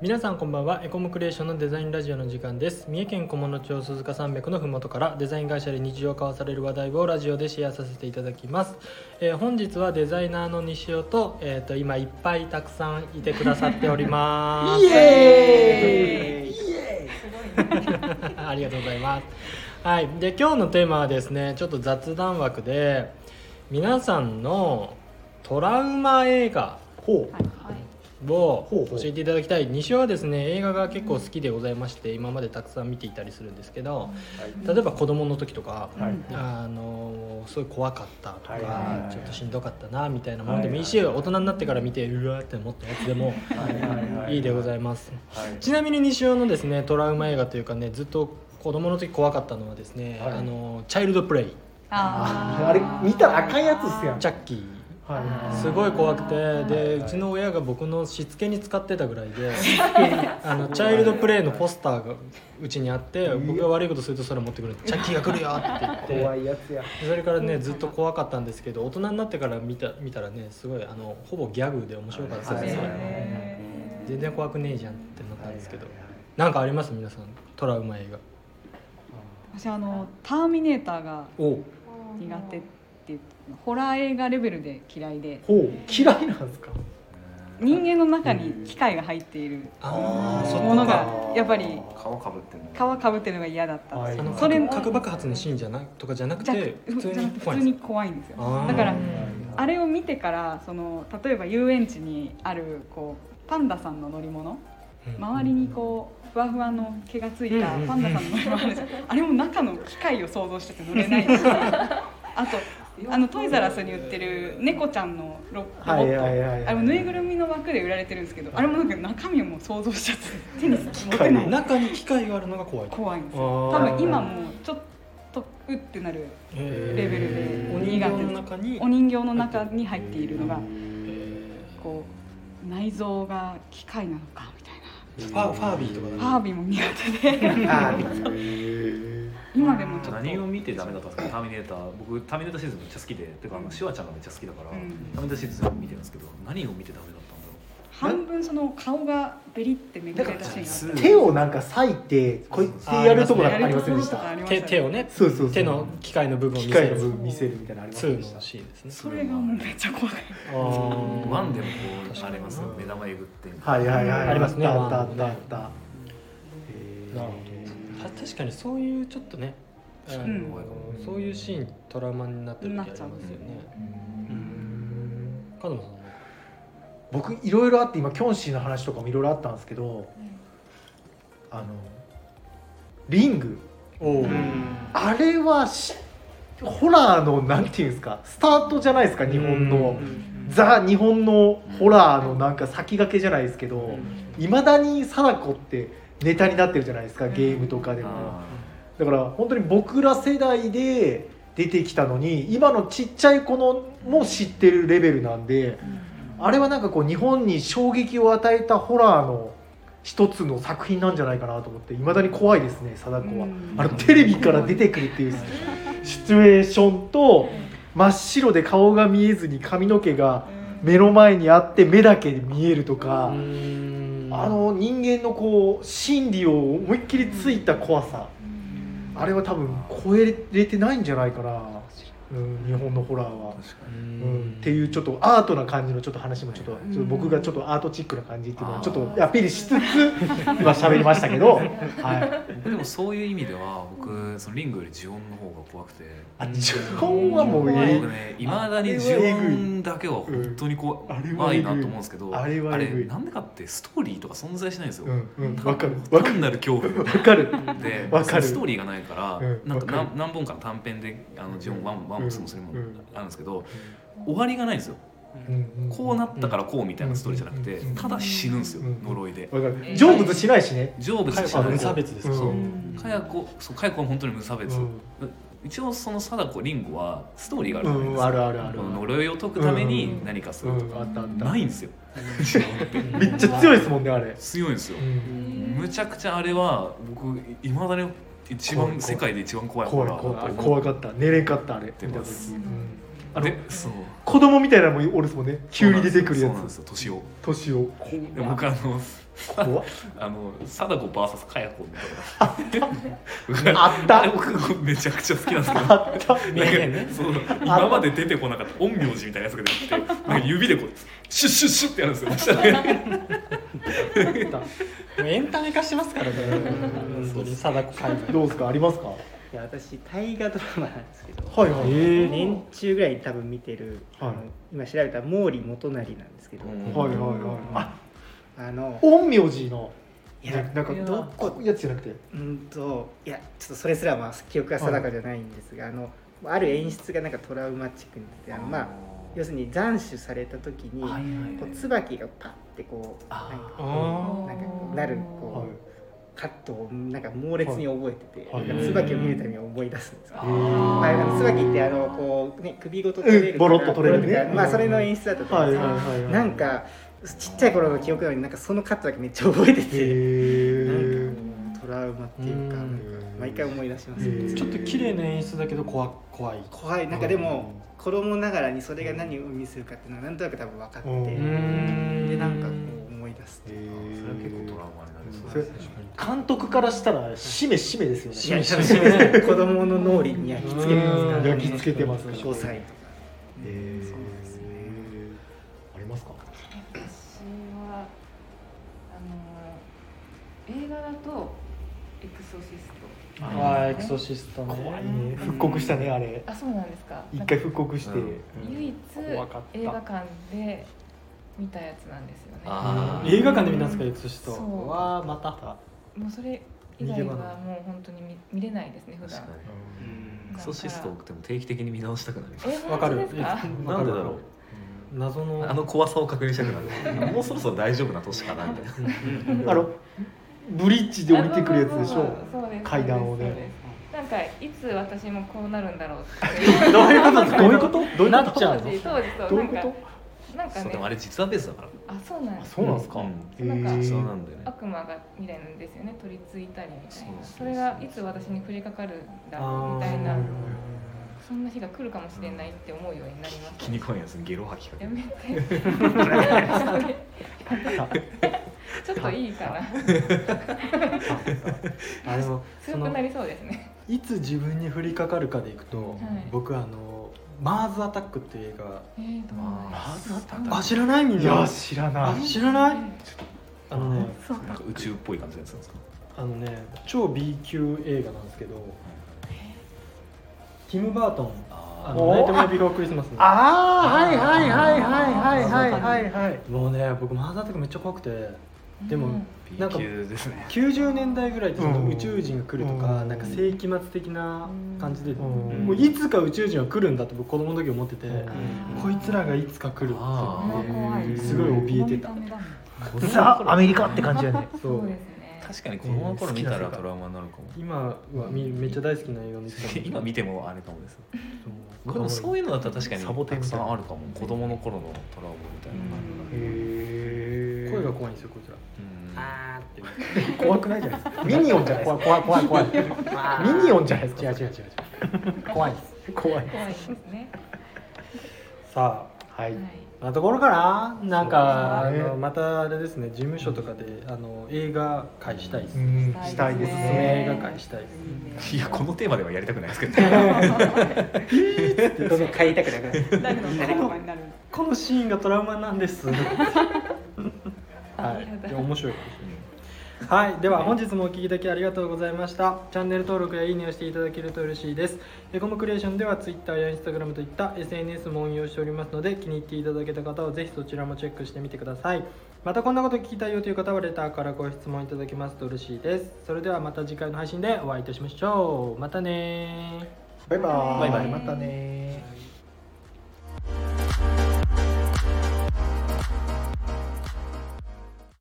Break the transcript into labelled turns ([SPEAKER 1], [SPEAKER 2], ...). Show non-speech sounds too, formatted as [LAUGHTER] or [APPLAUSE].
[SPEAKER 1] 皆さんこんばんはエコムクリエーションのデザインラジオの時間です三重県菰野町鈴鹿山脈のふもとからデザイン会社で日常化わされる話題をラジオでシェアさせていただきます、えー本日はデザイナーの西尾と,、えー、と今いっぱいたくさんいてくださっております
[SPEAKER 2] イエーイ
[SPEAKER 1] [LAUGHS] ありがとうございます。はい、で今日のテーマはですね、ちょっと雑談枠で皆さんのトラウマ映画
[SPEAKER 2] ほう、
[SPEAKER 1] を
[SPEAKER 2] ほ
[SPEAKER 1] 教
[SPEAKER 2] うほう
[SPEAKER 1] えていただきたい。西尾はですね、映画が結構好きでございまして、今までたくさん見ていたりするんですけど、例えば子供の時とか。
[SPEAKER 2] はい
[SPEAKER 1] あのすごい怖かったとか、
[SPEAKER 2] はいはいはい
[SPEAKER 1] ちょっとしんどかったなみたいなものでもいいし、
[SPEAKER 2] はいはい
[SPEAKER 1] 大人になってから見てうわーって思ったやつでもいいでござい
[SPEAKER 2] ま
[SPEAKER 1] ます。
[SPEAKER 2] す、はい
[SPEAKER 1] ちなみに西尾のですねトラウマ映画というかねずっと子供の時怖かったのはですね、
[SPEAKER 2] はい
[SPEAKER 1] あのチャイルドプレイ
[SPEAKER 2] あ
[SPEAKER 3] あ
[SPEAKER 2] れ見たらあかんやつっすやん
[SPEAKER 1] チャッキー
[SPEAKER 2] はいは
[SPEAKER 1] すごい怖くて
[SPEAKER 2] は
[SPEAKER 1] で
[SPEAKER 2] いう
[SPEAKER 1] ちの親が僕のしつけに使ってたぐらいであのチャイルドプレイのポスターがうちにあって僕が悪いことするとそれ持ってくるチャッキーが来るよって言っ
[SPEAKER 2] 怖
[SPEAKER 1] て。
[SPEAKER 2] いやつや
[SPEAKER 1] それからねずっと怖かったんですけど大人になってから見た見たらねすごいあのほぼギャグで面白かったです
[SPEAKER 2] は
[SPEAKER 1] ね
[SPEAKER 2] いはいはい
[SPEAKER 1] 全然怖くねえじゃんってなったんですけど
[SPEAKER 2] はいはいはい
[SPEAKER 1] なんかあります皆さんトラウマ映画
[SPEAKER 3] 私あの「ターミネーター」が
[SPEAKER 1] お
[SPEAKER 3] 苦手って言ってホラー映画レベルで嫌いで
[SPEAKER 2] ほう嫌いなんですか
[SPEAKER 3] 人間の中に機械が入っている
[SPEAKER 1] ああ
[SPEAKER 2] あー
[SPEAKER 1] そ
[SPEAKER 3] も
[SPEAKER 1] こ
[SPEAKER 3] の
[SPEAKER 1] か
[SPEAKER 3] がやっぱり
[SPEAKER 4] 顔かぶってる
[SPEAKER 3] 皮かぶってるのが嫌だったんです
[SPEAKER 1] あ
[SPEAKER 3] よ
[SPEAKER 1] の
[SPEAKER 3] それ
[SPEAKER 1] 核核爆発のシーンじゃないとかじゃなく
[SPEAKER 3] じゃ
[SPEAKER 1] て普通
[SPEAKER 3] じゃな
[SPEAKER 1] に
[SPEAKER 3] くて
[SPEAKER 1] 怖
[SPEAKER 3] 普
[SPEAKER 1] いん
[SPEAKER 3] 通
[SPEAKER 1] で
[SPEAKER 3] に
[SPEAKER 1] すか
[SPEAKER 3] 怖いんですよ
[SPEAKER 1] あー
[SPEAKER 3] だから
[SPEAKER 2] は
[SPEAKER 3] あれを見てからその例えば遊園地にあるこうパンダさんの乗り物
[SPEAKER 1] うん
[SPEAKER 3] 周りにこうふわふわの毛がついた
[SPEAKER 1] うんうん
[SPEAKER 3] パンダさんの乗り物あるじゃんあれも中の機械を想像してて乗れ
[SPEAKER 1] [LAUGHS]
[SPEAKER 3] ないんですよあとあのトイザらスに売ってる猫ちゃんのロロボット、
[SPEAKER 2] いはいはい
[SPEAKER 3] あれもぬいぐるみの枠で売られてるんですけどあれもなんか中身をもう想像しちゃって手に持てない
[SPEAKER 1] 中に機械があるのが怖い
[SPEAKER 3] 怖いんですよ
[SPEAKER 1] 多
[SPEAKER 3] 多分今もちょっとうってなるレベルで
[SPEAKER 1] お人
[SPEAKER 3] 苦
[SPEAKER 1] 形
[SPEAKER 3] 手
[SPEAKER 1] の
[SPEAKER 3] です
[SPEAKER 1] 中に
[SPEAKER 3] お人形の中に入っているのが
[SPEAKER 1] え
[SPEAKER 3] こう内臓が機械なのかみたい
[SPEAKER 1] ーファファービーとか
[SPEAKER 3] な
[SPEAKER 1] だ
[SPEAKER 3] ハービーも苦手で
[SPEAKER 2] あ
[SPEAKER 3] 今でもちょっと
[SPEAKER 4] 何を見てダメだったんですかターミネーター僕ターミネーターシリーズめっちゃ好きでてかあのシュワちゃんがめっちゃ好きだから、
[SPEAKER 3] うん
[SPEAKER 4] ターミネーターシリーズ全部見てるんですけど何を見てダメだったんだろう
[SPEAKER 3] 半分その顔がベリってめくれたシーンがあ
[SPEAKER 2] ー
[SPEAKER 3] っ
[SPEAKER 2] 手をなんか裂いてこうやってやるとこ
[SPEAKER 1] だ
[SPEAKER 2] な
[SPEAKER 3] た
[SPEAKER 2] ん
[SPEAKER 1] か
[SPEAKER 2] からありませんでし
[SPEAKER 3] や
[SPEAKER 2] た
[SPEAKER 3] るところとかありまし
[SPEAKER 1] 手
[SPEAKER 3] た
[SPEAKER 1] 手をね
[SPEAKER 2] そうそうそう
[SPEAKER 1] 手の機械の部分を見
[SPEAKER 2] 機
[SPEAKER 1] せ
[SPEAKER 2] 械の
[SPEAKER 1] る
[SPEAKER 2] 部分見せるみたいなのありません
[SPEAKER 1] 2
[SPEAKER 2] でし
[SPEAKER 1] の
[SPEAKER 2] た
[SPEAKER 1] シーンですね
[SPEAKER 3] それがもうめっちゃ怖い
[SPEAKER 1] あー
[SPEAKER 4] ワンでもこうありますよ
[SPEAKER 1] 確か
[SPEAKER 4] 目
[SPEAKER 1] に
[SPEAKER 4] 玉えぐってみた
[SPEAKER 2] はいいはいはい
[SPEAKER 1] ありますね
[SPEAKER 2] あったあったあったあったへー
[SPEAKER 1] なるほどた確かにそういうちょっとねあの
[SPEAKER 3] うん
[SPEAKER 1] そういうシーントラウマになってる時あ
[SPEAKER 3] な
[SPEAKER 1] り
[SPEAKER 3] っ
[SPEAKER 1] ます
[SPEAKER 3] ち
[SPEAKER 1] よ
[SPEAKER 3] ゃう
[SPEAKER 1] ね角野さんなんか
[SPEAKER 2] 僕いろいろあって今キョンシーの話とかもいろいろあったんですけどあのリング
[SPEAKER 1] おお
[SPEAKER 2] あれはしホラーのなんていうんですかスタートじゃないですか日本のザ日本のホラーのなんか先駆けじゃないですけどいまだに貞子ってネタになってるじゃないですかゲームとかでも
[SPEAKER 4] あ
[SPEAKER 2] だから本当に僕ら世代で出てきたのに今のちっちゃい子のも知ってるレベルなんであれはなんかこう日本に衝撃を与えたホラーの一つの作品なんじゃないかなと思っていまだに怖いですね貞子は
[SPEAKER 3] うん
[SPEAKER 2] あのテレビから出てくるっていうシチュエーションと真っ白で顔が見えずに髪の毛が目の前にあって目だけ見えるとかあの人間のこう心理を思いっきりついた怖さあれは多分超えれてないんじゃないかな、うん、日本のホラーは
[SPEAKER 4] ー。確か
[SPEAKER 1] う
[SPEAKER 4] に
[SPEAKER 2] うん
[SPEAKER 1] ん、
[SPEAKER 2] っていうちょっとアートな感じのちょっと話もちょっと
[SPEAKER 3] い
[SPEAKER 2] ちょっと僕がちょっとアートチックな感じっていうのを
[SPEAKER 4] あー
[SPEAKER 2] ちょっとアピールしつつ今喋りましたけど、はい、
[SPEAKER 4] 僕でもそういう意味では僕そのリングよりジオンの方が怖くて
[SPEAKER 2] あジョンはもうえ
[SPEAKER 4] 僕ねいまだにジオンだけは本当に怖
[SPEAKER 2] あれ
[SPEAKER 4] い
[SPEAKER 2] はえぐい
[SPEAKER 4] いなと思うんですけど
[SPEAKER 2] あれはえぐい
[SPEAKER 4] なんでかってストーリーとか存在しないんですよ、
[SPEAKER 2] うんうんわかるわか
[SPEAKER 4] 単なる恐怖
[SPEAKER 2] るわかる
[SPEAKER 4] で
[SPEAKER 2] わかる
[SPEAKER 4] ストーリーがないから、
[SPEAKER 2] うん
[SPEAKER 4] なんか
[SPEAKER 2] わか
[SPEAKER 4] 何何本かの短編であのジオンワンワンもそのそれも
[SPEAKER 2] うん
[SPEAKER 4] あるんですけど、終わりがないんですよこうなったからこうみたいなストーリーじゃなくて、
[SPEAKER 2] うん
[SPEAKER 4] ただ死ぬんですよ、
[SPEAKER 2] うん
[SPEAKER 4] 呪いで
[SPEAKER 2] わかる成仏しないしね
[SPEAKER 4] 成仏し
[SPEAKER 1] あ
[SPEAKER 4] ない
[SPEAKER 1] 無差別ですか、
[SPEAKER 2] うん
[SPEAKER 4] そう
[SPEAKER 3] うん
[SPEAKER 4] かやこそうかやこは本当に無差別、
[SPEAKER 2] うん
[SPEAKER 4] 一応その貞子リンゴはストーリーがある
[SPEAKER 2] う
[SPEAKER 4] じゃないで
[SPEAKER 2] ん
[SPEAKER 4] すか
[SPEAKER 2] あ、るあるある
[SPEAKER 4] 呪いを解くため
[SPEAKER 3] う
[SPEAKER 4] に
[SPEAKER 3] ん
[SPEAKER 4] 何かす
[SPEAKER 2] う
[SPEAKER 4] るとか、
[SPEAKER 2] んあったあった
[SPEAKER 4] ないんですよ
[SPEAKER 2] めっちゃ強いですもんねあれ
[SPEAKER 4] 強いんですよ、
[SPEAKER 2] うん
[SPEAKER 4] むちゃくちゃあれは僕いまだに一
[SPEAKER 2] 怖い怖
[SPEAKER 4] 番
[SPEAKER 2] い
[SPEAKER 4] 世界で一番怖いホ
[SPEAKER 2] 怖い
[SPEAKER 4] ラーだと
[SPEAKER 2] 怖い
[SPEAKER 4] 思う
[SPEAKER 2] 怖かった寝れんかったあれ見た
[SPEAKER 4] 出ま
[SPEAKER 2] 時
[SPEAKER 4] す
[SPEAKER 2] うんあの
[SPEAKER 4] でそう
[SPEAKER 2] 子供みたいなのもおるっすもんね急に出てくる
[SPEAKER 4] そう
[SPEAKER 2] や
[SPEAKER 4] なんで
[SPEAKER 2] つ
[SPEAKER 4] すよ年を
[SPEAKER 2] 年を
[SPEAKER 4] で僕あの
[SPEAKER 2] 怖っ
[SPEAKER 4] あの貞子 VS かや子みたいな僕
[SPEAKER 2] [LAUGHS] あった
[SPEAKER 4] [LAUGHS] あれ僕めちゃくちゃ好きなんですけど
[SPEAKER 2] あった
[SPEAKER 1] 名言ね
[SPEAKER 4] そう今まで出てこなかった陰陽師みたいなやつが出てきてなんか指でこうシュッシュッシュッってやるんですよ
[SPEAKER 2] [LAUGHS]
[SPEAKER 4] 下で
[SPEAKER 1] もうエンタメ化してますからね本当に貞子海外
[SPEAKER 2] [LAUGHS] どうですかありますかはい
[SPEAKER 5] や私大河ドラマなんですけど
[SPEAKER 2] いはい
[SPEAKER 1] えー
[SPEAKER 5] 年中ぐらいに多分見てる、あの
[SPEAKER 2] はい
[SPEAKER 5] 今調べた毛利元就なんですけど、
[SPEAKER 4] うん
[SPEAKER 2] はいはいはいあ
[SPEAKER 5] あの
[SPEAKER 2] 陰陽師の
[SPEAKER 5] いや
[SPEAKER 2] なんか
[SPEAKER 5] どこ
[SPEAKER 2] やつじゃなくて
[SPEAKER 5] うんといやちょっとそれすらまあ記憶が定かじゃないんですが、あのある演出がなんかトラウマチックに出てあのまあ要するに斬首された時に、
[SPEAKER 4] はいはい
[SPEAKER 5] こう椿がパッてこうなん
[SPEAKER 4] あー
[SPEAKER 5] か
[SPEAKER 1] あ
[SPEAKER 5] こう
[SPEAKER 1] ー
[SPEAKER 5] なんかこうなる
[SPEAKER 2] は
[SPEAKER 5] こ、
[SPEAKER 2] いう
[SPEAKER 5] カットをなんか猛烈に覚えてて、
[SPEAKER 2] はい
[SPEAKER 5] なんか椿を見るたびに思い出すんですよ。
[SPEAKER 4] あ
[SPEAKER 5] まあ、あの
[SPEAKER 4] ー
[SPEAKER 5] 椿ってあのこうね首ごと取れる
[SPEAKER 2] うんボロッと取れるね
[SPEAKER 5] ボロッと取まあそれの演出だったと思
[SPEAKER 2] は
[SPEAKER 5] うん
[SPEAKER 2] い
[SPEAKER 5] で
[SPEAKER 2] はいはい
[SPEAKER 5] す
[SPEAKER 2] はい
[SPEAKER 5] よなんかちっちゃい頃の記憶なのになんかそのカットだけめっちゃ覚えて
[SPEAKER 2] へ
[SPEAKER 5] てなん
[SPEAKER 2] え
[SPEAKER 5] かもうトラウマっていうか
[SPEAKER 1] うん
[SPEAKER 5] なんか毎回思い出します
[SPEAKER 2] へー
[SPEAKER 1] ちょっと綺麗な演出だけど怖怖い
[SPEAKER 5] 怖いなんかでも子供ながらにそれが何を意味するかっていうのはなんとなく多分分かって
[SPEAKER 1] うん
[SPEAKER 5] でなんかこう思い出すっていう
[SPEAKER 4] それは結構トラウマになりそう
[SPEAKER 2] それ
[SPEAKER 4] ですね
[SPEAKER 2] 監督からしたらしめしめですよね
[SPEAKER 5] いや多分子供の脳裏に焼き付けてますから
[SPEAKER 1] うん
[SPEAKER 2] 焼き付けてますから
[SPEAKER 5] 5歳とか
[SPEAKER 2] へー
[SPEAKER 5] そうですね
[SPEAKER 2] ありますか
[SPEAKER 6] 私はあの映画だとエクソシス
[SPEAKER 1] あーエクソシストね
[SPEAKER 2] 怖いね復刻したねあれ
[SPEAKER 6] トあそうなんですか
[SPEAKER 2] 一回復刻して
[SPEAKER 4] うん
[SPEAKER 6] 唯一
[SPEAKER 2] 怖かった
[SPEAKER 6] 映画館で見たやつなんですよね
[SPEAKER 4] あー
[SPEAKER 1] 映画館で見たんですかエクソシスト
[SPEAKER 6] そう
[SPEAKER 1] わーまた
[SPEAKER 6] もうそれ以外はもう本当に見見れないですね普
[SPEAKER 4] 確
[SPEAKER 6] 段
[SPEAKER 4] かに
[SPEAKER 6] だ
[SPEAKER 4] ク
[SPEAKER 6] から
[SPEAKER 4] ソシストっても定期的に見直したくなります
[SPEAKER 6] え
[SPEAKER 1] わか
[SPEAKER 6] 本当
[SPEAKER 1] る
[SPEAKER 6] ですか
[SPEAKER 1] わ
[SPEAKER 4] な
[SPEAKER 1] か
[SPEAKER 4] ん
[SPEAKER 1] る
[SPEAKER 4] でだろ
[SPEAKER 1] 謎
[SPEAKER 4] う
[SPEAKER 1] の
[SPEAKER 4] あの怖さを確認したくな [LAUGHS] るもうそろそろ大丈夫な年かなみたいな
[SPEAKER 2] あのブリッジで降りてくるやつでし
[SPEAKER 6] あ
[SPEAKER 2] ょ
[SPEAKER 6] そうそうそうです
[SPEAKER 2] 階段をね
[SPEAKER 6] そうですなんかいつ私もこうなるんだろうって
[SPEAKER 2] どういうことどういうことどういう
[SPEAKER 1] な
[SPEAKER 2] こ
[SPEAKER 1] っ
[SPEAKER 2] と
[SPEAKER 1] ちゃ
[SPEAKER 6] 当
[SPEAKER 1] うの
[SPEAKER 6] 時当時そう
[SPEAKER 2] どうう
[SPEAKER 6] ない
[SPEAKER 2] んこ
[SPEAKER 6] か
[SPEAKER 2] と
[SPEAKER 6] なんか
[SPEAKER 4] そうでもあ
[SPEAKER 6] ね
[SPEAKER 4] れ実話ベースだから
[SPEAKER 6] あそうなんです
[SPEAKER 2] そうなんですか
[SPEAKER 4] うん
[SPEAKER 6] なんか
[SPEAKER 2] へー
[SPEAKER 4] 実話なんでね
[SPEAKER 6] 悪魔がみたいなんですよね取り付いたりみたいな
[SPEAKER 4] そうそうそう
[SPEAKER 6] それがいつ私に降りかかるんだろうみたいなそんな日が来るかもしれないって思うようになりま
[SPEAKER 4] 気に食わんやつにゲロ吐きか
[SPEAKER 6] す
[SPEAKER 4] け
[SPEAKER 6] や
[SPEAKER 4] る
[SPEAKER 6] めてちょっといいかな
[SPEAKER 1] あでもそ
[SPEAKER 6] 強く
[SPEAKER 1] の
[SPEAKER 6] なりそうです
[SPEAKER 4] [LAUGHS]
[SPEAKER 6] ね
[SPEAKER 1] いつ自分に降りかかるかでいくと僕あのマーズアタックっていう映画
[SPEAKER 6] えーと思
[SPEAKER 4] ま
[SPEAKER 1] あ知らないみん
[SPEAKER 2] い
[SPEAKER 1] な
[SPEAKER 2] や知らな
[SPEAKER 1] あ
[SPEAKER 2] い
[SPEAKER 1] 知らないあのね
[SPEAKER 6] そう
[SPEAKER 4] なんか宇宙っぽい感じのやつなんですか
[SPEAKER 1] あのね超 B 級映画なんですけどティム・バートンあ
[SPEAKER 4] あ
[SPEAKER 1] の「ナイトメアビフォークリスマスの」
[SPEAKER 2] あーはいはいはいはいはいはいはいはい
[SPEAKER 1] もうね僕マーズアタックめっちゃ怖くてでも
[SPEAKER 6] うん
[SPEAKER 1] なんか
[SPEAKER 4] B 級ですね
[SPEAKER 1] 90年代ぐらいってその
[SPEAKER 2] うん
[SPEAKER 1] 宇宙人が来るとか、
[SPEAKER 2] うん
[SPEAKER 1] なんか世紀末的な感じで、
[SPEAKER 2] ん
[SPEAKER 1] もういつか宇宙人は来るんだって僕子供の時思ってて、
[SPEAKER 6] ん
[SPEAKER 1] こいつらがいつか来るって
[SPEAKER 4] あ
[SPEAKER 1] 思っ
[SPEAKER 4] ー
[SPEAKER 1] て
[SPEAKER 6] 怖い
[SPEAKER 1] すごい怯えてた
[SPEAKER 6] この見めだもん
[SPEAKER 2] ザ・アメリカって感じやね
[SPEAKER 1] そう
[SPEAKER 6] そうですね
[SPEAKER 4] 確かに子供の頃見たらトラウマになるかも
[SPEAKER 1] 今はみめっちゃ大好きな映画の一つ
[SPEAKER 4] [LAUGHS] 今見てもあれかもです
[SPEAKER 1] そう
[SPEAKER 4] でもそういうのだったら確か
[SPEAKER 2] サボ
[SPEAKER 4] に
[SPEAKER 2] テ
[SPEAKER 4] た
[SPEAKER 2] ン
[SPEAKER 4] くさんあるかも子供の頃のトラウマみたいなのが
[SPEAKER 2] へ
[SPEAKER 1] 声が怖いんですよこいつら
[SPEAKER 4] うん
[SPEAKER 1] あーって
[SPEAKER 2] 怖くないじゃないですかミニオンじゃないですか怖い怖い怖い怖いミニオンじゃないですか
[SPEAKER 1] 違う違う違う違う怖いです
[SPEAKER 2] 怖い
[SPEAKER 6] 怖いですね
[SPEAKER 1] さあ
[SPEAKER 2] はい
[SPEAKER 6] はい
[SPEAKER 1] なところかななんか、
[SPEAKER 2] そうですね
[SPEAKER 1] あのまたあれですね事務所とかであの映画会したいです、
[SPEAKER 2] う
[SPEAKER 1] おす
[SPEAKER 2] んしたいです
[SPEAKER 1] す
[SPEAKER 6] うん
[SPEAKER 1] め映
[SPEAKER 2] ね
[SPEAKER 1] 画会したいです
[SPEAKER 4] いやこのテーマではやりたくないですけどね
[SPEAKER 2] [LAUGHS]
[SPEAKER 5] どんどん帰りたくなくなる
[SPEAKER 3] 誰の誰のになる
[SPEAKER 1] このシーンがトラウマなんですはいいや面白いかもしれないはい、では本日もお聞きいただきありがとうございました。チャンネル登録やいいねをしていただけると嬉しいです。エコムクリエーションでは Twitter や Instagram といった SNS も運用しておりますので気に入っていただけた方はぜひそちらもチェックしてみてください。またこんなこと聞きたいよという方はレターからご質問いただけますと嬉しいです。それではまた次回の配信でお会いいたしましょう。またねー。
[SPEAKER 2] バイバ
[SPEAKER 6] バイ
[SPEAKER 2] イ
[SPEAKER 6] バイ
[SPEAKER 2] またねー